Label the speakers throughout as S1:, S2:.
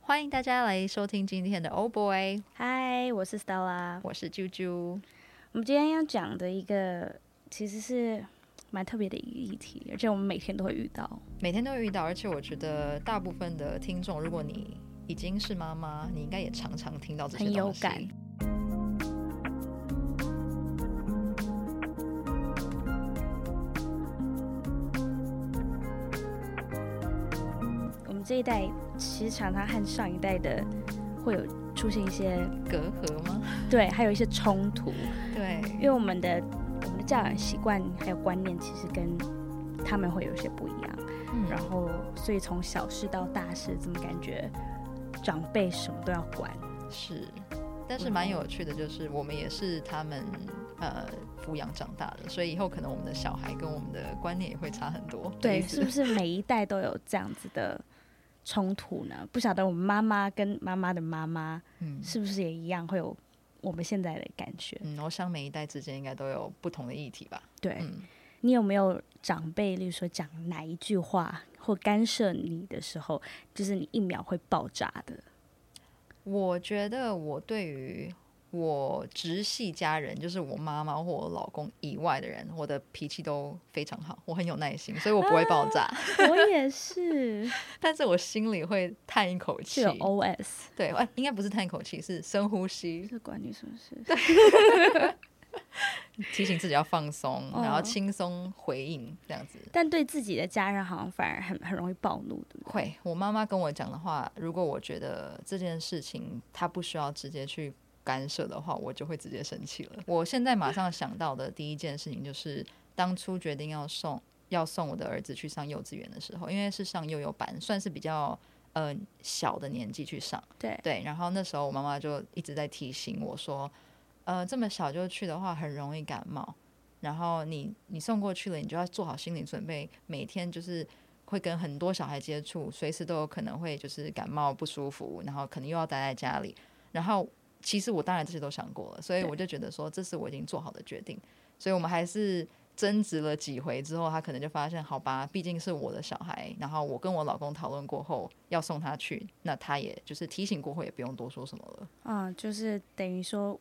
S1: 欢迎大家来收听今天的 Old Boy，
S2: 嗨，我是 Stella。
S1: 我是啾啾。
S2: 我们今天要讲的一个其实是蛮特别的一个议题，而且我们每天都会遇到。
S1: 每天都会遇到，而且我觉得大部分的听众，如果你已经是妈妈，你应该也常常听到这些
S2: 很有
S1: 东西
S2: 感。我们这一代其实常常和上一代的会有出现一些
S1: 隔阂吗？
S2: 对，还有一些冲突，
S1: 对，
S2: 因为我们的我们的教养习惯还有观念其实跟他们会有一些不一样。
S1: 嗯
S2: 然后所以从小事到大事，怎么感觉长辈什么都要管？
S1: 是，但是蛮有趣的，就是我们也是他们呃抚养长大的，所以以后可能我们的小孩跟我们的观念也会差很多。
S2: 对，
S1: 类似
S2: 是不是每一代都有这样子的冲突呢？不晓得我们妈妈跟妈妈的妈妈
S1: 嗯
S2: 是不是也一样会有我们现在的感觉？
S1: 嗯，我想每一代之间应该都有不同的议题吧。
S2: 对、
S1: 嗯，
S2: 你有没有长辈，例如说讲哪一句话或干涉你的时候，就是你一秒会爆炸的？
S1: 我觉得我对于我直系家人，就是我妈妈或我老公以外的人，我的脾气都非常好，我很有耐心，所以我不会爆炸，
S2: 我也是，
S1: 但是我心里会叹一口
S2: 是哦
S1: 气
S2: 有。OS，
S1: 对，哎，应该不是叹一口气，是深呼吸，
S2: 是 管你什么事？
S1: 提醒自己要放松，然后
S2: 哦
S1: 轻松回应这样子。
S2: 但对自己的家人好像反而很很容易暴怒，对不对？
S1: 会，我妈妈跟我讲的话，如果我觉得这件事情她不需要直接去干涉的话，我就会直接生气了。我现在马上想到的第一件事情就是，当初决定要送要送我的儿子去上幼稚园的时候，因为是上幼幼班，算是比较呃小的年纪去上。
S2: 对
S1: 对，然后那时候我妈妈就一直在提醒我说，呃，这么小就去的话，很容易感冒。然后你你送过去了，你就要做好心理准备，每天就是会跟很多小孩接触，随时都有可能会就是感冒不舒服，然后可能又要待在家里。然后其实我当然这些都想过了，所以
S2: 对
S1: 我就觉得说这是我已经做好的决定。所以我们还是争执了几回之后，他可能就发现，好吧，毕竟是我的小孩，然后我跟我老公讨论过后要送他去，那他也就是提醒过后，也不用多说什么了。
S2: 嗯，就是等于说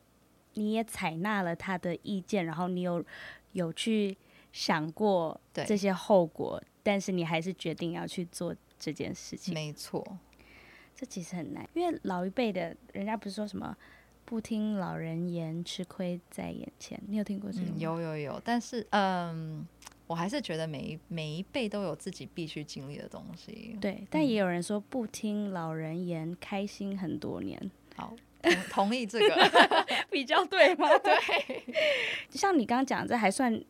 S2: 你也采纳了他的意见，然后你有有去想过
S1: 对
S2: 这些后果，但是你还是决定要去做这件事情。
S1: 没错，
S2: 这其实很难，因为老一辈的人家不是说什么不听老人言，吃亏在眼前。你有听过这个吗、
S1: 嗯，有有有，但是嗯，我还是觉得每一每一辈都有自己必须经历的东西。
S2: 对，但
S1: 嗯
S2: 也有人说不听老人言，开心很多年，
S1: 好，同同意这 个，
S2: 比较对 吗？对， 像你刚刚讲，这还算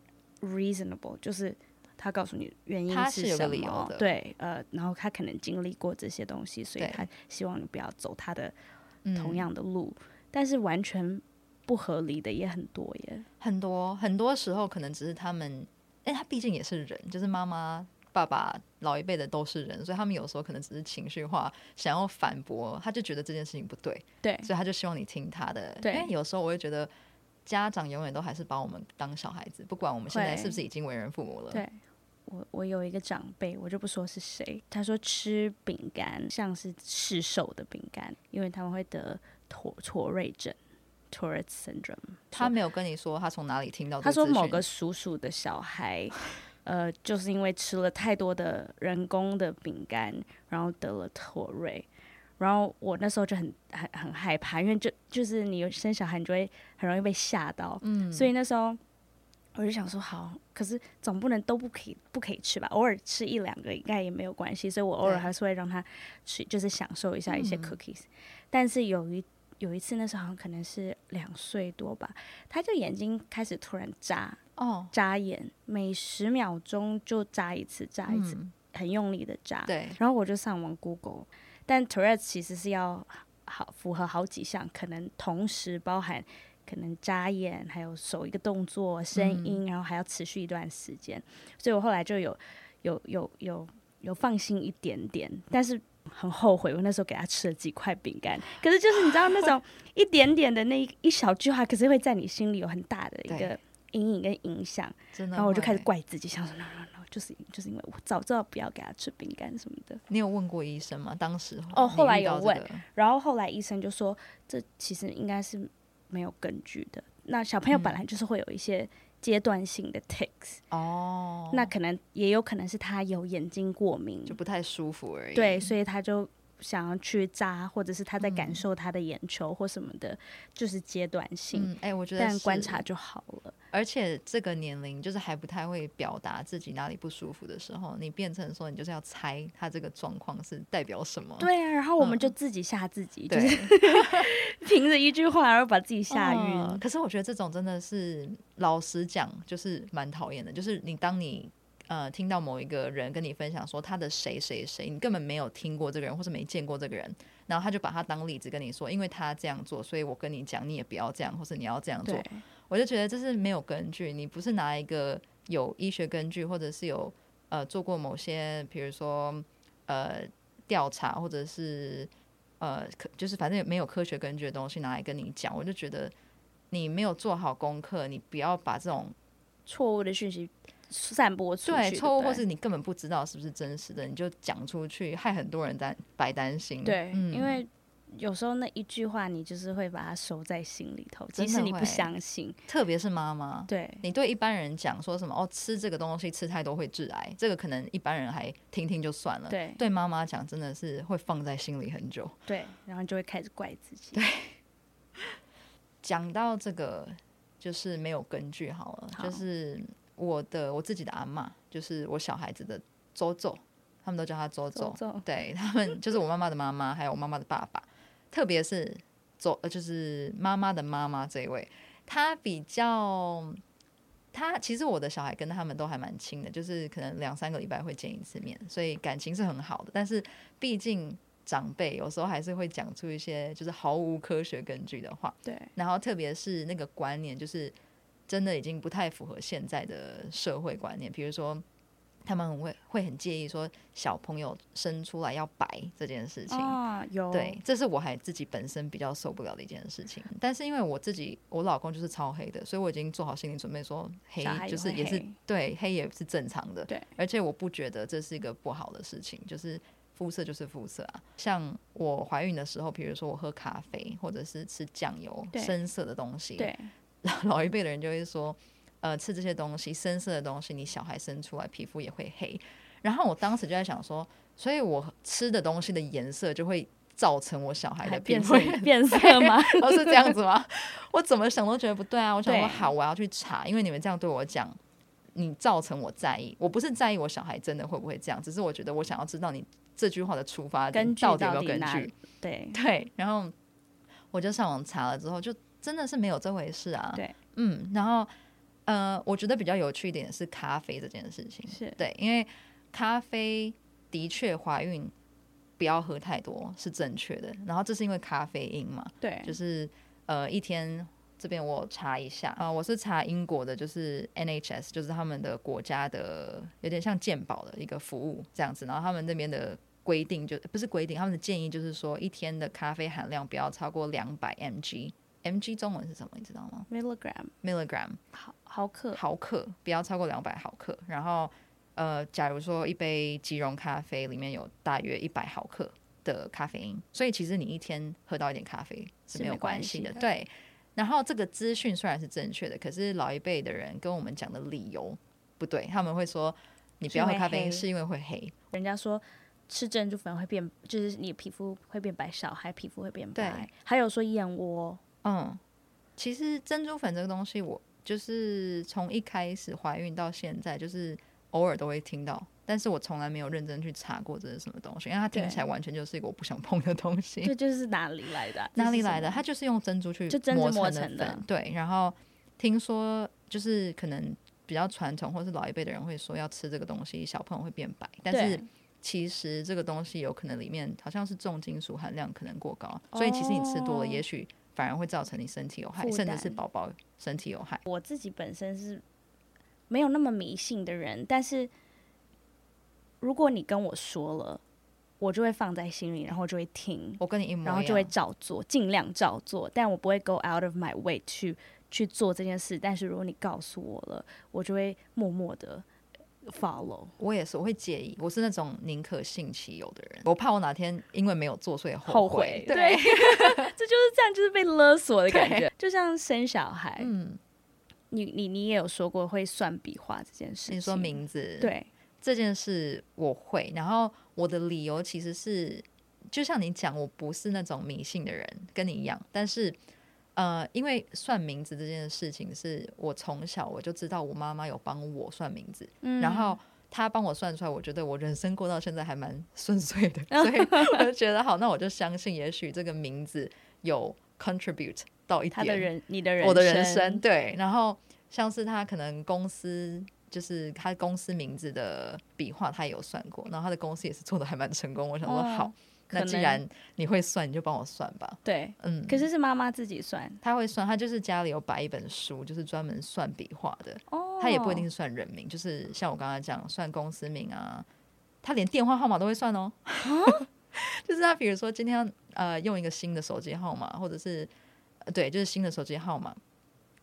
S2: reasonable，就是他告诉你原因
S1: 他是
S2: 是
S1: 有个
S2: 什
S1: 理由
S2: 么
S1: 的
S2: 对，呃，然后他可能经历过这些东西，所以
S1: 对
S2: 他希望你不要走他的
S1: 嗯
S2: 同样的路，但是完全不合理的也很多耶。
S1: 很多很多时候可能只是他们，哎，他毕竟也是人，就是妈妈、爸爸、老一辈的都是人，所以他们有时候可能只是情绪化，想要反驳，他就觉得这件事情不对，
S2: 对，
S1: 所以他就希望你听他的。
S2: 对
S1: 因为有时候我会觉得。家长永远都还是把我们当小孩子，不管我们现在
S2: 会
S1: 是不是已经为人父母了。
S2: 对我我有一个长辈，我就不说是谁，他说吃饼干像是市售的饼干，因为他们会得妥妥瑞症 （Tourette syndrome）。
S1: 他没有跟你说他从哪里听到这
S2: 他
S1: 资讯。
S2: 说某个叔叔的小孩，呃，就是因为吃了太多的人工的饼干，然后得了妥瑞。然后我那时候就很很很害怕，因为就就是你有生小孩，你就会很容易被吓到。嗯，所以那时候我就想说，好，可是总不能都不可以不可以吃吧？偶尔吃一两个应该也没有关系，所以我偶尔
S1: 对
S2: 还是会让他吃，就是享受一下一些
S1: 嗯
S2: cookies。但是有一有一次，那时候好像可能是两岁多吧，他就眼睛开始突然眨
S1: 哦，
S2: 眨眼，每十秒钟就眨一次，眨一次，
S1: 嗯，
S2: 很用力的眨。
S1: 对，
S2: 然后我就上网 Google，但 Tourette 其实是要好符合好几项，可能同时包含可能眨眼，还有手一个动作、声音，然后还要持续一段时间。所以我后来就有有有有有放心一点点，但是。很后悔，我那时候给他吃了几块饼干，可是就是你知道那种一点点的那一一小句话，可是会在你心里有很大的一
S1: 对
S2: 个阴影跟影响。
S1: 真的。
S2: 然后我就开始，怪自己，想说 no no no，就是就是因为我早知道不要给他吃饼干什么的。
S1: 你有问过医生吗？当时
S2: 哦后来有
S1: 你遇到这
S2: 问
S1: 个
S2: 然后后来医生就说，这其实应该是没有根据的。那小朋友本来就是会有一些阶段性的 tics，、
S1: 哦，
S2: 那可能也有可能是他有眼睛过敏
S1: 就，不太舒服而已。
S2: 对，所以他就想要去扎，或者是他在感受他的眼球或什么的，就是阶段性，
S1: 嗯，哎、我觉得
S2: 但
S1: 是
S2: 观察，就好了。
S1: 而且这个年龄就是还不太会表达自己哪里不舒服的时候，你变成说你就是要猜他这个状况是代表什么。
S2: 对啊，然后我们就自己吓自己，就
S1: 对，
S2: 是 凭着一句话，然后把自己吓晕。
S1: 嗯可是我觉得这种真的是老实讲，就是蛮讨厌的。就是你当你呃听到某一个人跟你分享说他的谁谁谁，你根本没有听过这个人，或是没见过这个人，然后他就把他当例子跟你说，因为他这样做，所以我跟你讲，你也不要这样，或是你要这样做
S2: 对。，
S1: 我就觉得这是没有根据，你不是拿一个有医学根据，或者是有呃做过某些，比如说呃调查，或者是呃可就是反正也没有科学根据的东西拿来跟你讲，我就觉得你没有做好功课，你不要把这种
S2: 错误的讯息散播出去，
S1: 对
S2: 对
S1: 错误
S2: 不对
S1: 或是你根本不知道是不是真实的，你就讲出去，害很多人担白担心。
S2: 对，
S1: 嗯
S2: 因为有时候那一句话，你就是会把它收在心里头，
S1: 真
S2: 即
S1: 的
S2: 使你不
S1: 会
S2: 相信。
S1: 特别是妈妈，
S2: 对，
S1: 你对一般人讲说什么哦，吃这个东西吃太多会致癌，这个可能一般人还听听就算了。
S2: 对
S1: 对妈妈讲真的是会放在心里很久。
S2: 对，然后就会开始怪自己。对，
S1: 讲到这个，就是没有根据好了，
S2: 好
S1: 就是我的我自己的阿嬷，就是我小孩子的周周，他们都叫他周周。
S2: 走走，
S1: 对他们就是我妈妈的妈妈，还有我妈妈的爸爸，特别是走呃就是妈妈的妈妈这一位，她比较。她其实我的小孩跟他们都还蛮亲的，就是可能两三个礼拜会见一次面，所以感情是很好的。但是毕竟长辈有时候还是会讲出一些就是毫无科学根据的话，
S2: 对
S1: 然后特别是那个观念，就是真的已经不太符合现在的社会观念。比如说，他们很会会很介意说小朋友生出来要白这件事情。
S2: 啊，有
S1: 对，这是我还自己本身比较受不了的一件事情。但是因为我自己，我老公就是超黑的，所以我已经做好心理准备，说黑
S2: 小孩
S1: 就是
S2: 会
S1: 也是
S2: 黑
S1: 对黑也是正常的。
S2: 对，
S1: 而且我不觉得这是一个不好的事情，就是肤色就是肤色啊。像我怀孕的时候，比如说我喝咖啡或者是吃酱油
S2: 对
S1: 深色的东西，
S2: 对
S1: 老老一辈的人就会说，呃，吃这些东西深色的东西，你小孩生出来皮肤也会黑。然后我当时就在想说，所以我吃的东西的颜色就会造成我小孩的
S2: 还
S1: 皮
S2: 变
S1: 肤
S2: 色
S1: 会
S2: 变色吗？
S1: 哦，是这样子吗？ 我怎么想都觉得不对啊！我想说，
S2: 对
S1: 好，我要去查，因为你们这样对我讲，你造成我在意。我不是在意我小孩真的会不会这样，只是我觉得我想要知道你这句话的出发点
S2: 根据
S1: 到底有没有
S2: 到底
S1: 根
S2: 哪
S1: 据
S2: 里。？对
S1: 对，然后我就上网查了之后，就真的是没有这回事啊。
S2: 对，
S1: 嗯，然后呃，我觉得比较有趣一点是咖啡这件事情，
S2: 是
S1: 对，因为咖啡的确怀孕不要喝太多是正确的，然后这是因为咖啡因嘛，
S2: 对，
S1: 就是呃一天。这边我查一下啊、呃我是查英国的，就是 NHS，就是他们的国家的有点像健保的一个服务这样子，然后他们那边的规定就不是规定，他们的建议就是说一天的咖啡含量不要超过两百 mg。mg 中文是什么？你知道吗
S2: milligram
S1: ？milligram
S2: 毫毫克，
S1: 毫克，不要超过两百毫克。然后呃，假如说一杯即溶咖啡里面有大约一百毫克的咖啡因，所以其实你一天喝到一点咖啡是
S2: 是
S1: 没有
S2: 没关
S1: 关系
S2: 系
S1: 的。
S2: 的
S1: 对。然后这个资讯虽然是正确的，可是老一辈的人跟我们讲的理由不对，他们会说你不
S2: 是
S1: 要
S2: 因
S1: 喝
S2: 为
S1: 咖啡因
S2: 黑
S1: 是因为会黑。
S2: 人家说。吃珍珠粉会变，就是你皮肤会变白，小孩皮肤会变
S1: 对
S2: 白，还有说燕窝，
S1: 嗯，其实珍珠粉这个东西，我就是从一开始怀孕到现在，就是偶尔都会听到，但是我从来没有认真去查过这是什么东西，因为它听
S2: 对
S1: 起来完全就是一个我不想碰的东西。
S2: 这就是哪里来的啊？这
S1: 哪里
S2: 是什
S1: 来的？
S2: 么
S1: 它就是用珍珠去
S2: 就珍珠
S1: 成的
S2: 磨成
S1: 粉，
S2: 的
S1: 对。然后听说就是可能比较传统或是老一辈的人会说要吃这个东西，小朋友会变白，但
S2: 对
S1: 是其实这个东西有可能里面好像是重金属含量可能过高，所以其实你吃多了，
S2: 哦
S1: 也许反而会造成你身体有害，
S2: 负
S1: 甚至
S2: 担
S1: 是宝宝身体有害。
S2: 我自己本身是没有那么迷信的人，但是如果你跟我说了，我就会放在心里，然后就会听，
S1: 我跟你一模一样，
S2: 然后就会照做，尽量照做，但我不会 go out of my way 去去做这件事。但是如果你告诉我了，我就会默默的。 follow。
S1: 我也是，我会介意。我是那种宁可信其有的人，我怕我哪天因为没有做，所以
S2: 后
S1: 悔。
S2: 对， 这就是这样，就是被勒索的感觉，就像生小孩。
S1: 嗯，
S2: 你你你也有说过会算笔画这件事情，
S1: 你说名字，
S2: 对，
S1: 这件事我会，然后我的理由其实是，就像你讲，我不是那种迷信的人，跟你一样，但是。呃，因为算名字这件事情，是我从小我就知道我妈妈有帮我算名字，
S2: 嗯
S1: 然后她帮我算出来，我觉得我人生过到现在还蛮 顺遂的，所以我就觉得好，那我就相信，也许这个名字有 contribute 到一
S2: 他的
S1: 点
S2: 人，你的人，
S1: 我的人生，对。然后像是他可能公司就是他公司名字的笔画，他也有算过，然后他的公司也是做的还蛮成功。我想说
S2: 哇
S1: 好，那
S2: 可
S1: 既
S2: 能
S1: 然你会算，你就帮我算吧。
S2: 对，
S1: 嗯，
S2: 可是是妈妈自己算
S1: 他会算，他就是家里有摆一本书，就是专门算笔画的。
S2: 哦，
S1: 他也不一定是算人名，就是像我刚刚讲算公司名啊，他连电话号码都会算哦。
S2: 啊
S1: 就是他比如说今天要呃用一个新的手机号码，或者是呃对，就是新的手机号码，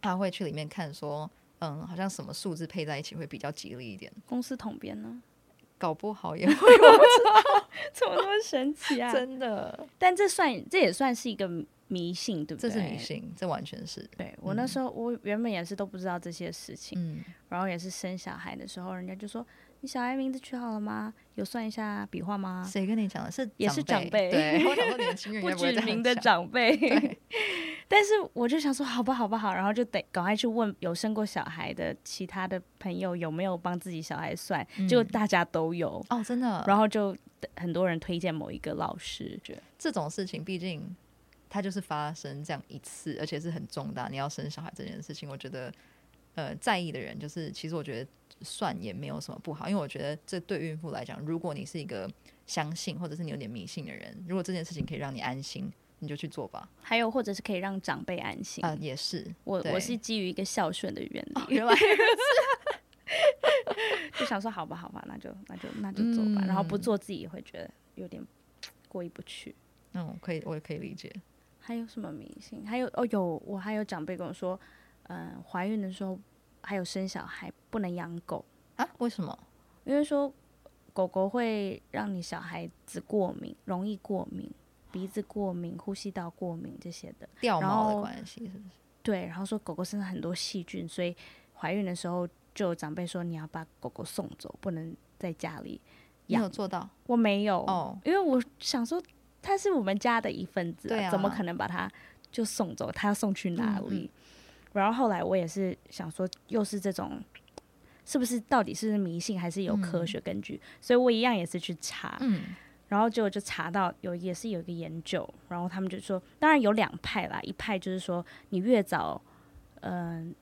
S1: 他会去里面看说，嗯，好像什么数字配在一起会比较吉利一点，
S2: 公司统编 呢，
S1: 搞不好 也会
S2: 怎么那么神奇 啊？
S1: 真的，
S2: 但这算这也算是一个迷信，对不
S1: 这
S2: 对？
S1: 是迷。信，这完全是，
S2: 对我那时候，我原本也是都不知道这些事情，
S1: 嗯，
S2: 然后也是生小孩的时候，人家就说你小孩名字取好了吗？有算一下笔画吗？
S1: 谁跟你讲的？是
S2: 也是长辈
S1: 对，我想说年轻人应
S2: 不
S1: 该会
S2: 指
S1: 这
S2: 名
S1: 样
S2: 的
S1: 讲，
S2: 长 辈
S1: 对，
S2: 但是我就想说，好吧，好吧，好，然后就得赶快去问有生过小孩的其他的朋友有没有帮自己小孩算，
S1: 嗯
S2: 结果大家都有，
S1: 哦，真的，
S2: 然后就很多人推荐某一个老师，觉得
S1: 这种事情，毕竟它就是发生这样一次，而且是很重大。你要生小孩这件事情，我觉得，呃，在意的人就是，其实我觉得算也没有什么不好，因为我觉得这对孕妇来讲，如果你是一个相信或者是你有点迷信的人，如果这件事情可以让你安心，你就去做吧。
S2: 还有或者是可以让长辈安心。
S1: 啊、也是，
S2: 我
S1: 对
S2: 我是基于一个孝顺的原理，
S1: 原来
S2: 就想说好吧，好吧，那就那就那就做吧，
S1: 嗯
S2: 然后不做自己也会觉得有点过意不去。
S1: 嗯，我可以，我也可以理解。
S2: 还有什么迷信？还有哦，有我还有长辈跟我说，嗯、怀孕的时候还有生小孩不能养狗，
S1: 啊？为什么？
S2: 因为说狗狗会让你小孩子过敏，容易过敏，鼻子过敏、呼吸道过敏这些的。
S1: 掉毛
S2: 然
S1: 的
S2: 后
S1: 关系是不是？
S2: 对，然后说狗狗身上很多细菌，所以怀孕的时候就有长辈说你要把狗狗送走，不能在家里
S1: 你有
S2: 养
S1: 做到？
S2: 我没有，
S1: 哦
S2: 因为我想说它是我们家的一份子、
S1: 对啊
S2: 怎么可能把它就送走？它要送去哪
S1: 嗯
S2: 里？然后后来我也是想说，又是这种，是不是到底是迷信还是有科学根据？所以我一样也是去查，
S1: 嗯，
S2: 然后结果就查到有也是有一个研究，然后他们就说，当然有两派啦，一派就是说你越早，嗯、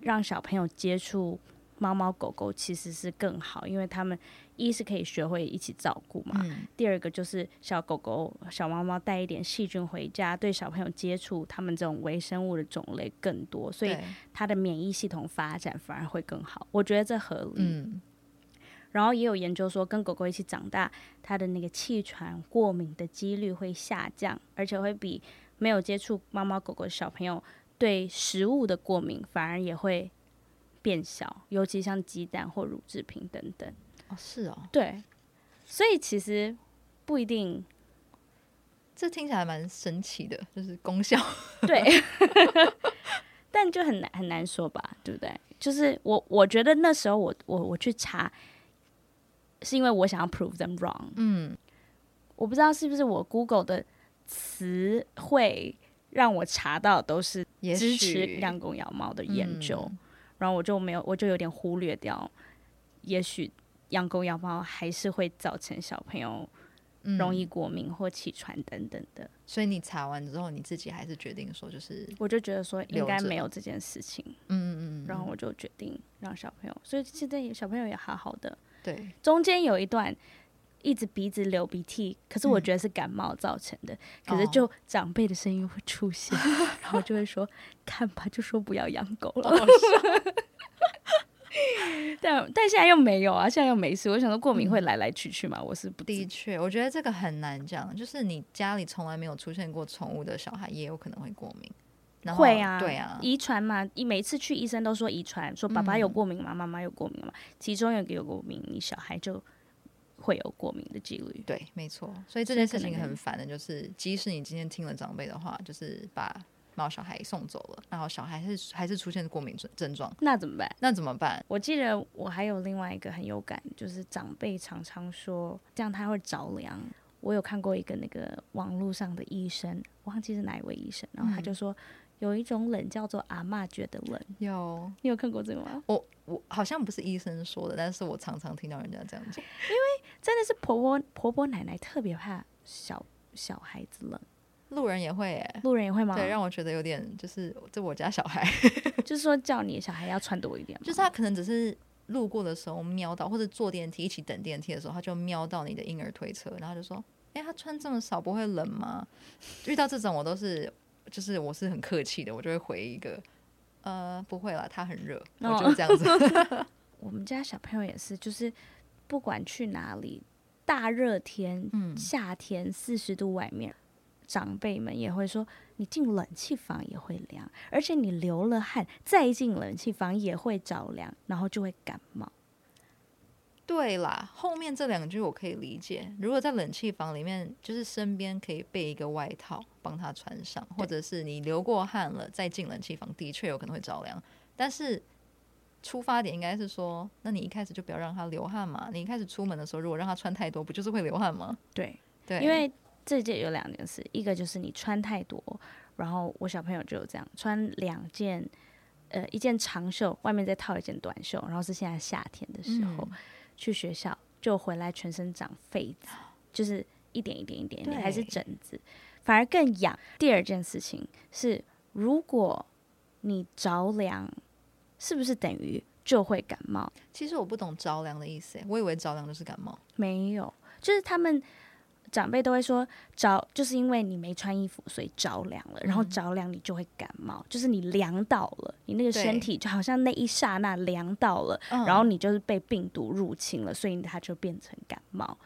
S2: 让小朋友接触猫猫狗狗其实是更好，因为他们一是可以学会一起照顾嘛，
S1: 嗯
S2: 第二个就是小狗狗、小猫猫带一点细菌回家，对小朋友接触它们这种微生物的种类更多，所以
S1: 对
S2: 它的免疫系统发展反而会更好，我觉得这合理。
S1: 嗯，
S2: 然后也有研究说，跟狗狗一起长大，它的那个气喘过敏的几率会下降，而且会比没有接触猫猫狗狗的小朋友对食物的过敏反而也会变小，尤其像鸡蛋或乳制品等等。
S1: 哦，是哦，
S2: 对，所以其实不一定
S1: 这听起来蛮神奇的，就是功效。
S2: 对， 但就很难很难说吧，对不对？就是我我觉得那时候我我我去查，是因为我想要 prove them wrong。
S1: 嗯，
S2: 我不知道是不是我 Google 的词汇让我查到都是
S1: 也
S2: 支持
S1: 许嗯
S2: 两公养猫的研究，然后我就没有，我就有点忽略掉，也许养狗养猫还是会造成小朋友
S1: 嗯
S2: 容易过敏或气喘等等的，
S1: 所以你查完之后，你自己还是决定说，就是
S2: 我就觉得说应该
S1: 留着
S2: 没有这件事情，
S1: 嗯嗯嗯，
S2: 然后我就决定让小朋友，所以现在小朋友也好好的，
S1: 对，
S2: 中间有一段一直鼻子流鼻涕，可是我
S1: 嗯
S2: 觉得是感冒造成的，可是
S1: 哦
S2: 就长辈的声音会出现， 然后就会说看吧，就说不要养狗了。
S1: 哦
S2: 但但现在又没有啊，现在又没事。我想说过
S1: 嗯
S2: 敏会来来去去嘛，我是不
S1: 的
S2: 知
S1: 确，我觉得这个很难讲，就是你家里从来没有出现过宠物的小孩，也有可能会过敏。然后
S2: 会啊，
S1: 对啊，
S2: 遗传嘛，一每次去医生都说遗传，说爸爸
S1: 嗯
S2: 有过敏嘛，妈妈有过敏嘛，其中有一个有过敏，你小孩就会有过敏的几率。
S1: 对，没错。所以这
S2: 所
S1: 件
S2: 以
S1: 事
S2: 可能
S1: 情
S2: 跟
S1: 很烦的，就是即使你今天听了长辈的话，就是把猫小孩送走了，然后小孩还是还是出现过敏症症状，
S2: 那怎么办？
S1: 那怎么办？
S2: 我记得我还有另外一个很有感，就是长辈常常说这样他会着凉。我有看过一个那个网络上的医生，忘记是哪一位医生，然后他就说、有一种冷叫做阿嬷觉得冷，
S1: 有
S2: 你有看过这个吗？
S1: 我我好像不是医生说的，但是我常常听到人家这样讲。
S2: 真的是婆婆婆婆奶奶特别怕小小孩子冷，
S1: 路人也会、欸，
S2: 路人也会吗？
S1: 对，让我觉得有点就是这我家小孩，
S2: 就是说叫你小孩要穿多一点嘛，
S1: 就是他可能只是路过的时候瞄到，或者坐电梯一起等电梯的时候，他就瞄到你的婴儿推车，然后就说：“哎、他穿这么少不会冷吗？” 遇到这种我都是，就是我是很客气的，我就会回一个：“呃，不会啦，他很热。”
S2: 哦
S1: 我就这样子。
S2: 我们家小朋友也是，就是不管去哪里，大热天、
S1: 嗯
S2: 夏天四十度外面，长辈们也会说，你进冷气房也会凉，而且你流了汗再进冷气房也会着凉，然后就会感冒。
S1: 对啦，后面这两句我可以理解。如果在冷气房里面，就是身边可以备一个外套帮他穿上，或者是你流过汗了再进冷气房，的确有可能会着凉。但是出发点应该是说，那你一开始就不要让他流汗嘛。你一开始出门的时候，如果让他穿太多，不就是会流汗吗？
S2: 对，
S1: 对，
S2: 因为这届有两件事，一个就是你穿太多，然后我小朋友就有这样穿两件，呃，一件长袖，外面再套一件短袖，然后是现在夏天的时候、
S1: 嗯
S2: 去学校，就回来全身长痱子，就是一点一点一点一点，
S1: 对
S2: 还是疹子，反而更痒。第二件事情是，如果你着凉，是不是等于就会感冒？
S1: 其实我不懂着凉的意思，我以为着凉就是感冒。
S2: 没有，就是他们长辈都会说着，就是因为你没穿衣服，所以着凉了，然后着凉你就会感冒，就是你凉到了，你那个
S1: 对
S2: 身体就好像那一刹那凉到了，
S1: 嗯
S2: 然后你就是被病毒入侵了，所以它就变成感冒。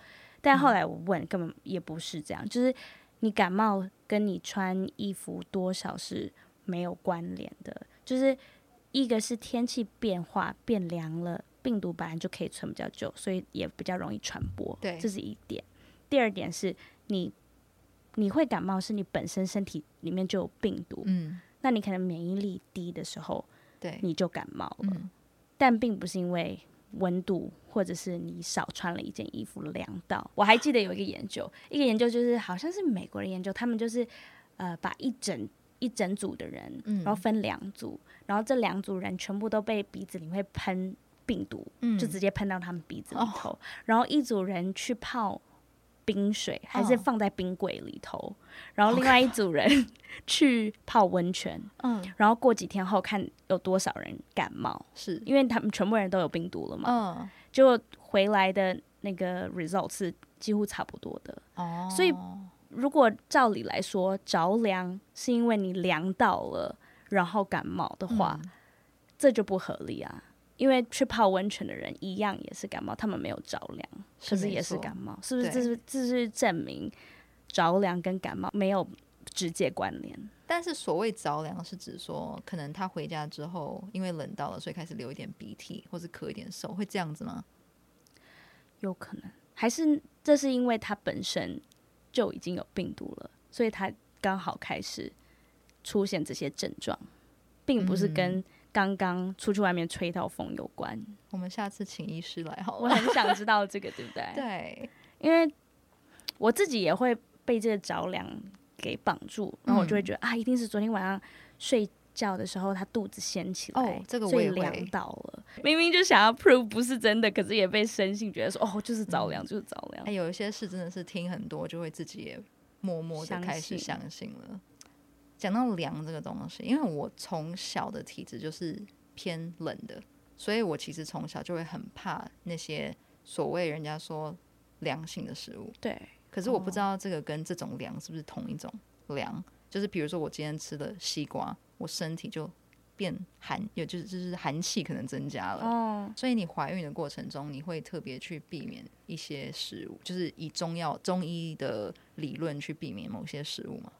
S2: 但
S1: 嗯
S2: 后来我问，根本也不是这样，就是你感冒跟你穿衣服多少是没有关联的，就是一个是天气变化变凉了，病毒本来就可以存比较久，所以也比较容易传播，
S1: 对
S2: 这是一点。第二点是你你会感冒，是你本身身体里面就有病毒，
S1: 嗯，
S2: 那你可能免疫力低的时候
S1: 对，
S2: 你就感冒了。
S1: 嗯
S2: 但并不是因为温度或者是你少穿了一件衣服凉到。我还记得有一个研究，一个研究就是好像是美国的研究，他们就是呃把一整一整组的人，
S1: 嗯
S2: 然后分两组，然后这两组人全部都被鼻子里面喷病毒，
S1: 嗯哦
S2: 就直接喷到他们鼻子里头，然后一组人去泡。冰水还是
S1: 哦
S2: 放在冰柜里头，然后另外一组人 去泡温泉，
S1: 嗯
S2: 然后过几天后看有多少人感冒，
S1: 是，
S2: 因为他们全部人都有病毒了嘛，
S1: 嗯
S2: 结果回来的那个 result 是几乎差不多的。
S1: 哦，
S2: 所以如果照理来说，着凉是因为你凉到了，然后感冒的话，
S1: 嗯
S2: 这就不合理啊。因为去泡温泉的人一样也是感冒，他们没有着凉，可是
S1: 没
S2: 也是
S1: 错
S2: 感冒，是不是？
S1: 对
S2: 这是这是证明着凉跟感冒没有直接关联。
S1: 但是所谓着凉是指说，可能他回家之后因为冷到了，所以开始流一点鼻涕或是咳一点嗽，会这样子吗？
S2: 有可能，还是这是因为他本身就已经有病毒了，所以他刚好开始出现这些症状，并不是
S1: 嗯
S2: 跟刚刚出去外面吹到风有关。
S1: 我们下次请医师来好
S2: 我
S1: 了。
S2: 很想知道这个，对不对？，
S1: 对，
S2: 因为我自己也会被这个着凉给绑住，然后我就
S1: 嗯
S2: 会觉得、啊，一定是昨天晚上睡。觉的时候，他肚子掀起来，
S1: 哦这个我
S2: 所以
S1: 也会
S2: 凉到 了。明明就想要 prove 不是真的，可是也被深信觉得说，哦，就是着凉，就是着凉
S1: 哎，。有一些事真的是听很多，就会自己也默默的
S2: 相
S1: 开始
S2: 信
S1: 相信了。讲到凉这个东西，因为我从小的体质就是偏冷的，所以我其实从小就会很怕那些所谓人家说凉性的食物。
S2: 对，
S1: 可是我不知
S2: 哦
S1: 道这个跟这种凉是不是同一种凉，就是比如说我今天吃的西瓜，我身体就变寒，也就是就是寒气可能增加了。
S2: 哦，
S1: 所以你怀孕的过程中，你会特别去避免一些食物，就是以中药中医的理论去避免某些食物嘛？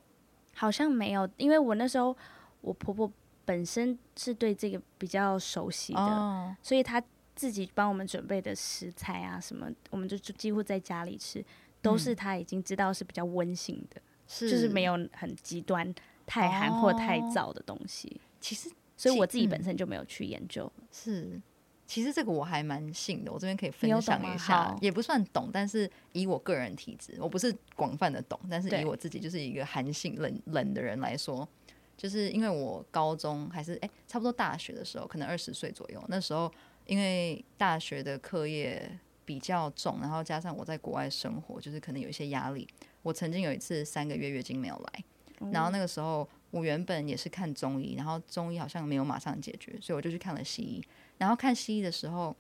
S2: 好像没有，因为我那时候我婆婆本身是对这个比较熟悉的，
S1: 哦，
S2: 所以她自己帮我们准备的食材啊什么，我们就就几乎在家里吃，都是她已经知道是比较温馨的，
S1: 嗯是
S2: 就是没。有很极端、太寒或太
S1: 哦
S2: 燥的东西。
S1: 其实
S2: 所以
S1: 其
S2: 我自己
S1: 嗯
S2: 本身就没有去研究。
S1: 是，其实这个我还蛮信的，我这边可以
S2: 你有
S1: 分享
S2: 懂吗
S1: 一下
S2: 好，
S1: 也不算懂，但是以我个人体质，我不是广泛的懂，但是
S2: 对
S1: 以我自己就是一个寒性冷冷的人来说，就是因为我高中还是哎、差不多大学的时候，可能二十岁左右，那时候因为大学的课业比较重，然后加上我在国外生活，就是可能有一些压力。我曾经有一次三个月月经没有来，
S2: 哦
S1: 然后那个时候我原本也是看中医，然后中医好像没有马上解决，所以我就去看了西医。然后看西医的时候，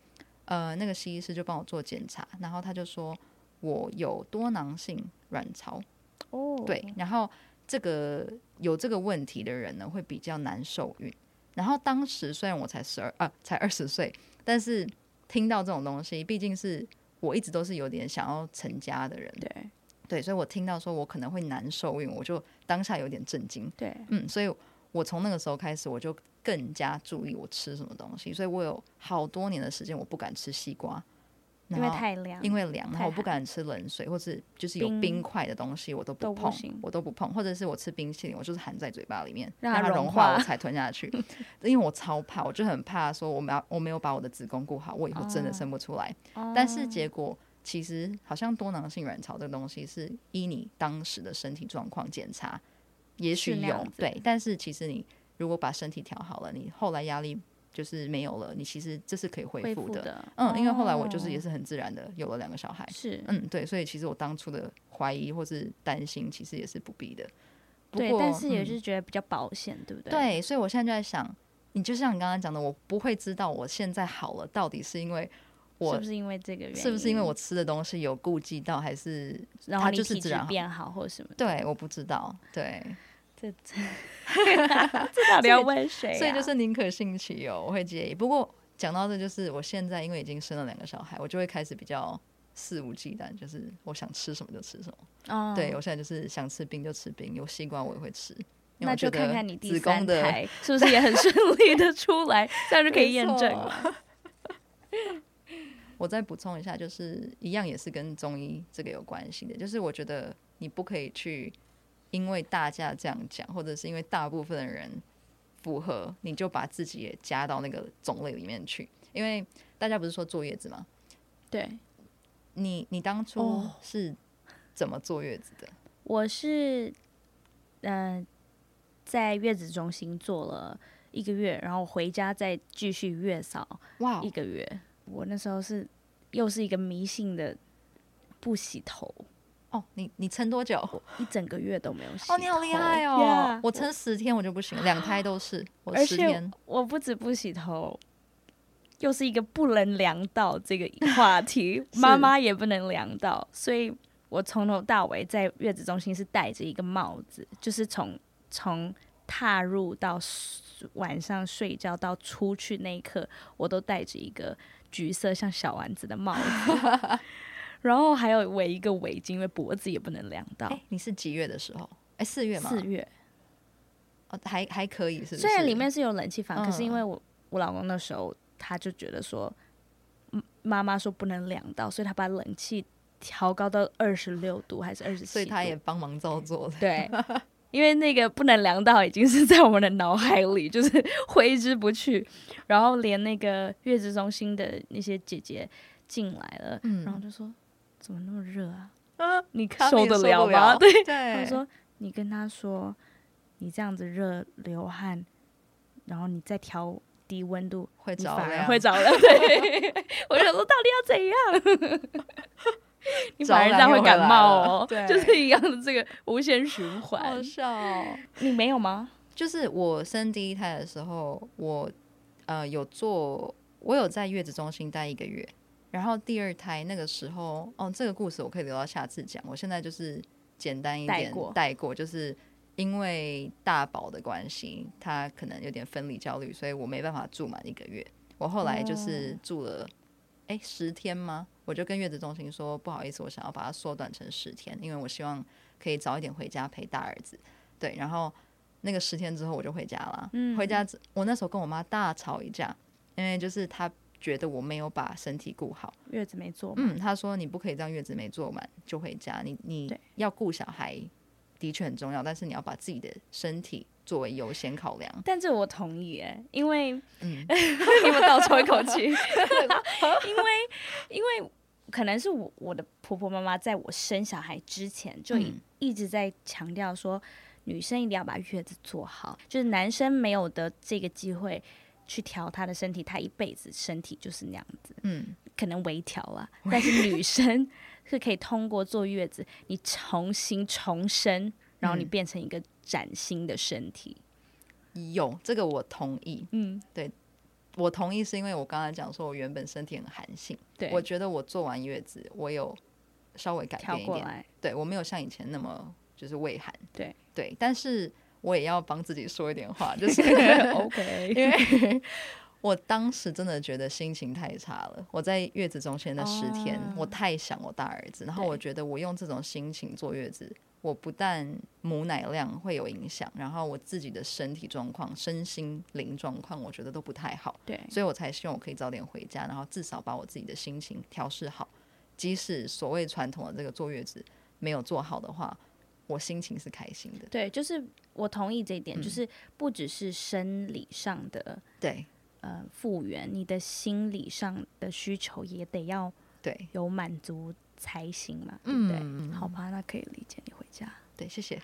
S1: 呃，那个西医师就帮我做检查，然后他就说我有多囊性卵巢，
S2: 哦
S1: 对，，然后这个有这个问题的人呢，会比较难受孕。然后当时虽然我才十二啊，才二十岁，但是听到这种东西，毕竟是我一直都是有点想要成家的人，
S2: 对
S1: 对，所以我听到说我可能会难受孕，我就当下有点震惊。
S2: 对，
S1: 嗯，所以我从那个时候开始，我就更加注意我吃什么东西，所以我有好多年的时间我不敢吃西瓜，
S2: 因
S1: 然
S2: 为
S1: 后
S2: 太凉，
S1: 因为凉，然
S2: 太
S1: 后我不
S2: 寒
S1: 敢吃冷水或是就是有
S2: 冰
S1: 冰块的东西，我都
S2: 都
S1: 不
S2: 不
S1: 碰，
S2: 行
S1: 我都不碰，或者是我吃冰淇淋，我就是含在嘴巴里面，
S2: 让
S1: 让
S2: 它
S1: 它
S2: 融
S1: 融化
S2: 化
S1: 我才吞下 去，因为我超怕，我就很怕说我没有我没有把我的子宫顾好，我以后真的
S2: 哦
S1: 生不出来。但是结果其实好像多囊性卵巢这个东西是依你当时的身体状况检查，也许
S2: 是那样
S1: 有
S2: 子
S1: 对，但是其实你如果把身体调好了，你后来压力就是没有了，你其实这是可以恢
S2: 恢
S1: 复
S2: 复
S1: 的。
S2: 的，
S1: 嗯，因为后来我就是也
S2: 哦
S1: 是很自然的有了两个小孩。
S2: 是，
S1: 嗯，对，所以其实我当初的怀疑或是担心，其实也是不必的。不
S2: 对，
S1: 过
S2: 但是也
S1: 嗯
S2: 是觉得比较保险，对不对？
S1: 对，所以我现在就在想，你就像你刚刚讲的，我不会知道我现在好了到底是因为
S2: 是
S1: 我
S2: 不是因为这个原因？
S1: 是不是因为我吃的东西有顾忌到，还是
S2: 然
S1: 它
S2: 后你
S1: 就是
S2: 体
S1: 自
S2: 质
S1: 然好
S2: 变好或者什么？
S1: 对？我不知道，对，
S2: 这到底要
S1: 所以
S2: 问谁？啊
S1: 所以就是宁可信其有，我会介意。不过讲到这，就是我现在因为已经生了两个小孩，我就会开始比较肆无忌惮，就是我想吃什么就吃什么。
S2: 哦，
S1: 对我现在就是想吃冰就吃冰，有西瓜我也会吃。因为
S2: 那
S1: 我觉
S2: 就看
S1: 得
S2: 看你第
S1: 子宫
S2: 三
S1: 的
S2: 胎是不是也很顺利的出来，这样就可以验证
S1: 没
S2: 了。
S1: 我再补充一下，就是一样也是跟中医这个有关系的，就是我觉得你不可以去因为大家这样讲，或者是因为大部分的人符合，你就把自己也加到那个种类里面去，因为大家不是说坐月子吗？
S2: 对，
S1: 你你当初
S2: 哦
S1: 是怎么坐月子的？
S2: 我是嗯、呃在月子中心做了一个月，然后回家再继续月嫂，
S1: 哇、
S2: 一个月。我那时候是又是一个迷信的，不洗头，
S1: 哦，你你撑多久？
S2: 一整个月都没有洗头。
S1: 哦，你好厉害哦
S2: Yeah，
S1: 我撑十天我就不行，两胎都是，我
S2: 而
S1: 十
S2: 且
S1: 天。
S2: 我不止不洗头，又是一个不能量到这个 话题，
S1: 是
S2: 妈妈也不能量到，所以我从头到尾在月子中心是戴着一个帽子，就是从从踏入到睡晚上睡觉到出去那一刻，我都戴着一个橘色像小丸子的帽子。 然后还有围一个围巾，因为脖子也不能量到
S1: 哎、。你是几月的时候？哎、四月吗？
S2: 四月，
S1: 哦，还还可以，是不是？
S2: 虽然里面是有冷气房，
S1: 嗯
S2: 可是因为我我老公那时候他就觉得说，嗯妈妈说不能凉到，所以他把冷气调高到二十六度还是二十七，
S1: 所以他也帮忙照做了。
S2: 对。因为那个不能凉到已经是在我们的脑海里，就是挥之不去。然后连那个月子中心的那些姐姐进来了，
S1: 嗯
S2: 然后就说：“怎么那么热啊？
S1: 嗯，
S2: 你
S1: 他们
S2: 受
S1: 也
S2: 得
S1: 受
S2: 了
S1: 不
S2: 吗？”
S1: 了
S2: 对，
S1: 对
S2: 他说：“你跟他说，你这样子热流汗，然后你再调低温度，
S1: 会
S2: 你
S1: 着
S2: 反而
S1: 凉，
S2: 会着 凉。”对，我就想说，到底要怎样？ 你反而这样会感冒哦，
S1: 着凉又回来
S2: 就
S1: 了对
S2: 是一样的这个无限循环
S1: 好。笑哦。
S2: 你没有吗？
S1: 就是我生第一胎的时候，我呃有做，我有在月子中心待一个月，然后第二胎那个时候，哦，这个故事我可以留到下次讲。我现在就是简单一点
S2: 带过
S1: 带过，就是因为大宝的关系，他可能有点分离焦虑，所以我没办法住满一个月。我后来
S2: 哦
S1: 就是住了，哎、十天吗？我就跟月子中心说，不好意思，我想要把它缩短成十天，因为我希望可以早一点回家陪大儿子。对，然后那个十天之后我就回家了。
S2: 嗯
S1: 回家之我那时候跟我妈大吵一架，因为就是她觉得我没有把身体顾好。
S2: 月子没做嘛，
S1: 嗯，她说你不可以让月子没做满就回家，你你
S2: 对
S1: 要顾小孩的确很重要，但是你要把自己的身体作为优先考量。
S2: 但这我同意哎，因为
S1: 嗯，
S2: 你们倒抽一口 气， 因为因为可能是我我的婆婆妈妈在我生小孩之前就一
S1: 嗯
S2: 一直在强调说，女生一定要把月子做好，就是男生没有的这个机会去调他的身体，他一辈子身体就是那样子，
S1: 嗯，
S2: 可能微调啊，但是女生是可以通过坐月子，你重新重生，然后你
S1: 嗯
S2: 变成一个崭新的身体，
S1: 有这个我同意，
S2: 嗯，
S1: 我同意是因为我刚才讲说我原本身体很寒性，
S2: 对，
S1: 我觉得我做完月子我有稍微改
S2: 调
S1: 变一
S2: 过
S1: 点，
S2: 来，
S1: 对我没有像以前那么就是畏寒，
S2: 对
S1: 对，但是我也要帮自己说一点 话，就是
S2: 哦 OK，
S1: 因为 我当时真的觉得心情太差了。我在月子中心那十天，
S2: 哦
S1: 我太想我大儿子，然后
S2: 对
S1: 我觉得我用这种心情坐月子，我不但母奶量会有影响，然后我自己的身体状况、身心灵状况，我觉得都不太好。
S2: 对，
S1: 所以我才希望我可以早点回家，然后至少把我自己的心情调试好。即使所谓传统的这个坐月子没有做好的话，我心情是开心的。
S2: 对，就是我同意这一点，就
S1: 嗯
S2: 是不只是生理上的
S1: 对
S2: 呃复原，你的心理上的需求也得要
S1: 对
S2: 有满足才行嘛，对不对？
S1: 嗯
S2: 好吧，那可以理解你回家。
S1: 对，谢 谢。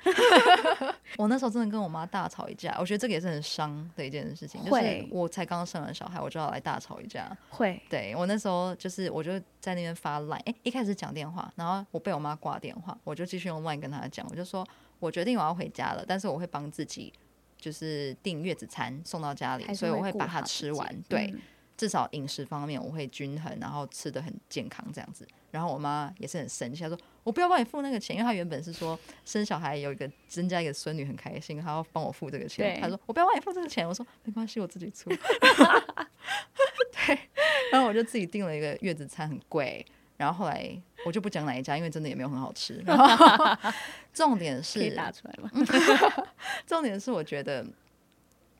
S1: 我那时候真的跟我妈大吵一架，我觉得这个也是很伤的一件事情，就是
S2: 会
S1: 我才刚生完小孩，我就要来大吵一架。
S2: 会，
S1: 对我那时候就是我就在那边发 line，哎、一开始讲电话，然后我被我妈挂电话，我就继续用 line 跟她讲，我就说我决定我要回家了，但是我会帮自己就是订月子餐送到家里，
S2: 还是
S1: 所以我会
S2: 顾
S1: 把它
S2: 好自
S1: 吃
S2: 己
S1: 完，对，
S2: 嗯
S1: 至少饮食方面我会均衡，然后吃的很健康这样子。然后我妈也是很生气，她说我不要帮你付那个钱，因为她原本是说生小孩有一个增加一个孙女很开心，她要帮我付这个钱。
S2: 对
S1: 她说我不要帮你付这个钱，我说没关系，我自己 出。 对，然后我就自己订了一个月子餐，很贵。然后后来我就不讲哪一家，因为真的也没有很好吃。然后 重点
S2: 可以
S1: 是，嗯
S2: 打出来吗？
S1: 重点是我觉得，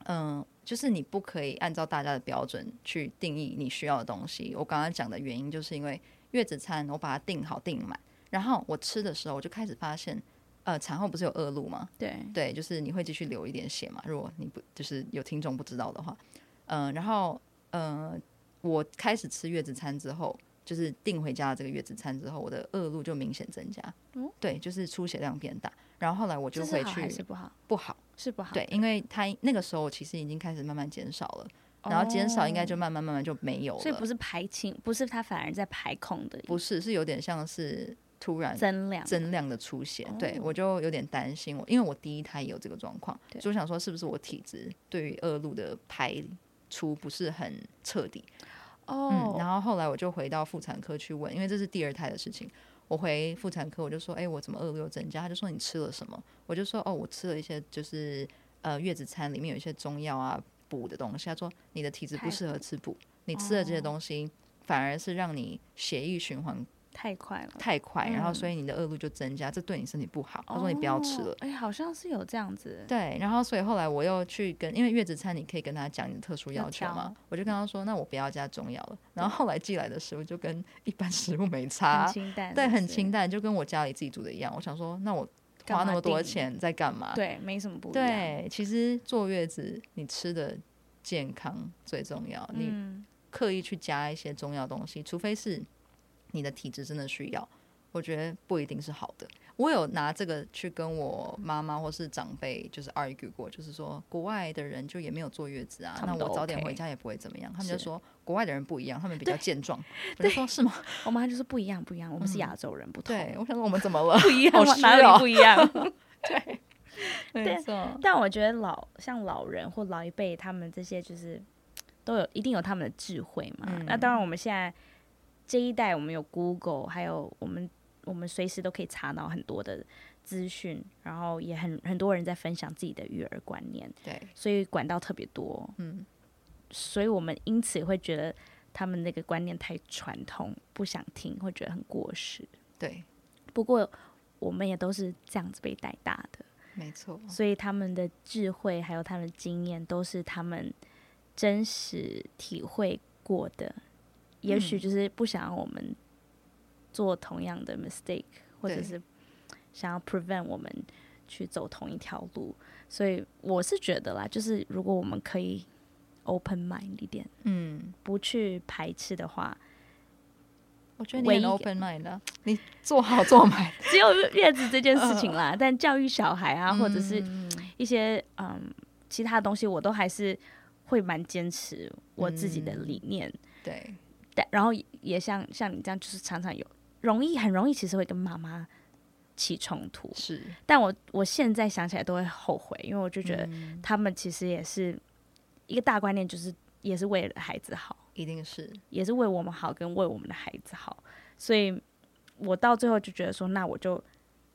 S1: 嗯，就是你不可以按照大家的标准去定义你需要的东西。我刚刚讲的原因，就是因为月子餐我把它订好订满，然后我吃的时候我就开始发现，呃，产后不是有恶露吗？
S2: 对，
S1: 对，就是你会继续流一点血嘛。如果你不就是有听众不知道的话，嗯、然后呃，我开始吃月子餐之后，就是订回家的这个月子餐之后，我的恶露就明显增加，
S2: 哦
S1: 对，就是出血量变大。然后后来我就
S2: 这
S1: 会
S2: 是好还是
S1: 去
S2: 不好？
S1: 不好。
S2: 是不好。
S1: 对，，因为他那个时候其实已经开始慢慢减少了，然后减少应该就慢慢慢慢就没有了。
S2: 哦所以不是排清，不是它反而在排空的，
S1: 不是，是有点像是突然
S2: 增量。
S1: 增量的出现，对
S2: 哦
S1: 我就有点担心我，因为我第一胎也有这个状况，
S2: 对
S1: 所以我想说是不是我体质对于恶露的排出不是很彻底。嗯，
S2: 哦，
S1: 然后后来我就回到妇产科去问，因为这是第二胎的事情。我回妇产科，我就说：“哎、我怎么恶露又增加？”他就说：“你吃了什么？”我就说：“哦，我吃了一些就是呃月子餐里面有一些中药啊补的东西。”他说：“你的体质不
S2: 太
S1: 适合吃补，你吃了这些
S2: 哦
S1: 东西反而是让你血液循环
S2: 太快了。
S1: 太快，然后
S2: 嗯
S1: 所以你的恶露就增加，这对你身体不好。”他说：“你不要吃了
S2: 哦。哎，好像是有这样子。
S1: 对，然后所以后来我又去跟，因为月子餐你可以跟他讲你的特殊
S2: 要
S1: 要求嘛
S2: 调，
S1: 我就跟他说，那我不要加中药了。然后后来寄来的食物就跟一般食物没
S2: 很
S1: 差，
S2: 清淡，
S1: 啊对，
S2: 是不
S1: 很
S2: 是
S1: 清淡，就跟我家里自己煮的一样。我想说，那我
S2: 干
S1: 花那
S2: 嘛
S1: 么多
S2: 订
S1: 钱在干嘛？
S2: 对，没什么不一样。
S1: 对，其实坐月子你吃的健康最重要，你
S2: 嗯，
S1: 刻意去加一些中药东西，除非是你的体质真的需要，我觉得不一定是好的。我有拿这个去跟我妈妈或是长辈就是 argue 过，就是说国外的人就也没有坐月子啊，
S2: 他
S1: 那
S2: 们都
S1: 我早点
S2: OK
S1: 回家也不会怎么样。他们
S2: 是
S1: 就说国外的人不一样，他们比较
S2: 对
S1: 健 壮。我就说是吗？
S2: 我妈就是不一样，不一样，我们是亚洲人，不
S1: 嗯
S2: 同，
S1: 对，我想说我们怎么了？
S2: 不一
S1: 好
S2: 样吗，
S1: 虚
S2: 哪
S1: 哦
S2: 里不 一样？
S1: 没错，
S2: 但我觉得老像老人或老一辈，他们这些就是都有一定有他们的智慧嘛。
S1: 嗯
S2: 那当然，我们现在这一代，我们有 Google，还有我们我们随时都可以查到很多的资讯，然后也很很多人在分享自己的育儿观念，
S1: 对，
S2: 所以管道特别多。
S1: 嗯，
S2: 所以我们因此会觉得他们那个观念太传统，不想听，会觉得很过时。
S1: 对，
S2: 不过我们也都是这样子被带大的，
S1: 没错，
S2: 所以他们的智慧还有他们的经验都是他们真实体会过的，也许
S1: 嗯
S2: 就是不想让我们做同样的 mistake，或者
S1: 对
S2: 是想要 prevent 我们去走同一条路，所以我是觉得啦，就是如果我们可以 open mind 一点，
S1: 嗯，
S2: 不去排斥的 话，
S1: 我觉得你
S2: 唯
S1: 很
S2: 一
S1: open mind
S2: 啊
S1: 的，你做好 做满，
S2: 只有月子这件事情啦，但教育小孩啊，或者是
S1: 嗯
S2: 一些嗯其他东西，我都还是会蛮坚持我自己的
S1: 嗯
S2: 理念。
S1: 对，
S2: 但然后也也像像你这样，就是常常有容易很容易，其实会跟妈妈起冲突。
S1: 是
S2: 但我我现在想起来都会后悔，因为我就觉得
S1: 嗯
S2: 他们其实也是一个大观念，就是也是为了孩子好。
S1: 一定是
S2: 也是为我们好，跟为我们的孩子好。所以我到最后就觉得说，那我就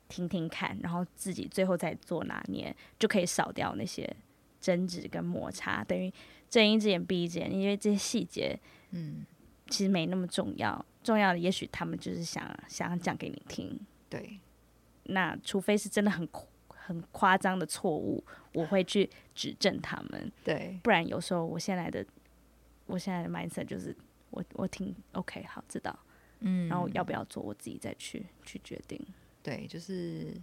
S2: 听听看，然后自己最后再做拿捏，就可以少掉那些争执跟摩擦，等于睁一只眼闭一只眼，因为这些细节
S1: 嗯，
S2: 其实没那么重要。重要的，也许他们就是想想要讲给你听。
S1: 对，
S2: 那除非是真的很夸很夸张的错误，我会去指正他们。
S1: 对，
S2: 不然有时候我现在的我现在的 mindset 就是我我听 OK 好知道，
S1: 嗯，
S2: 然后要不要做我自己再去去决定。
S1: 对，就是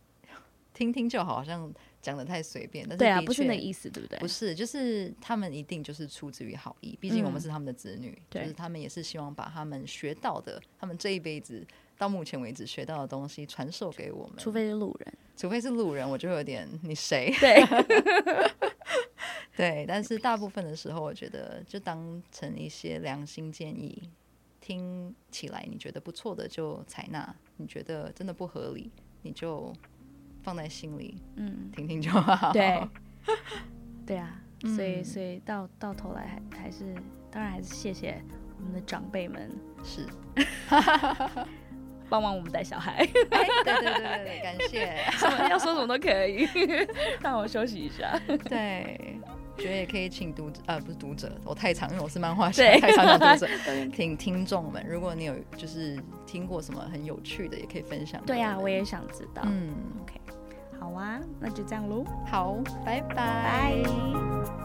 S1: 听听就好，好像讲的太随便，但是
S2: 对啊，
S1: 的
S2: 不是那
S1: 确
S2: 个意思，对不对？
S1: 不是，就是他们一定就是出自于好意，毕竟我们
S2: 嗯
S1: 是他们的子女，
S2: 对
S1: 就是他们也是希望把他们学到的，他们这一辈子到目前为止学到的东西传授给我们。
S2: 除非是路 人。
S1: 除非是路人，我就会有点你谁
S2: 对，
S1: 对，但是大部分的时候，我觉得就当成一些良心建议，听起来你觉得不错的就采纳，你觉得真的不合理，你就放在心里
S2: 嗯，
S1: 听听就好。
S2: 对，对啊，所以
S1: 嗯
S2: 所以到到头来还还是，当然还是谢谢我们的长辈们
S1: 是，
S2: 帮忙我们带小 孩，
S1: 哎，对对对对对，感谢。
S2: 什么要说什么都可以， 让我休息一下。
S1: 对，觉得也可以请读者，呃，不是读者，我太长，因为我是漫画家，
S2: 对
S1: 太常讲读者，请听众们，如果你有就是听过什么很有趣的，也可以分享。
S2: 对啊，我，也想知道。
S1: 嗯，
S2: OK，好啊，那就这样喽，
S1: 好，拜拜
S2: 拜。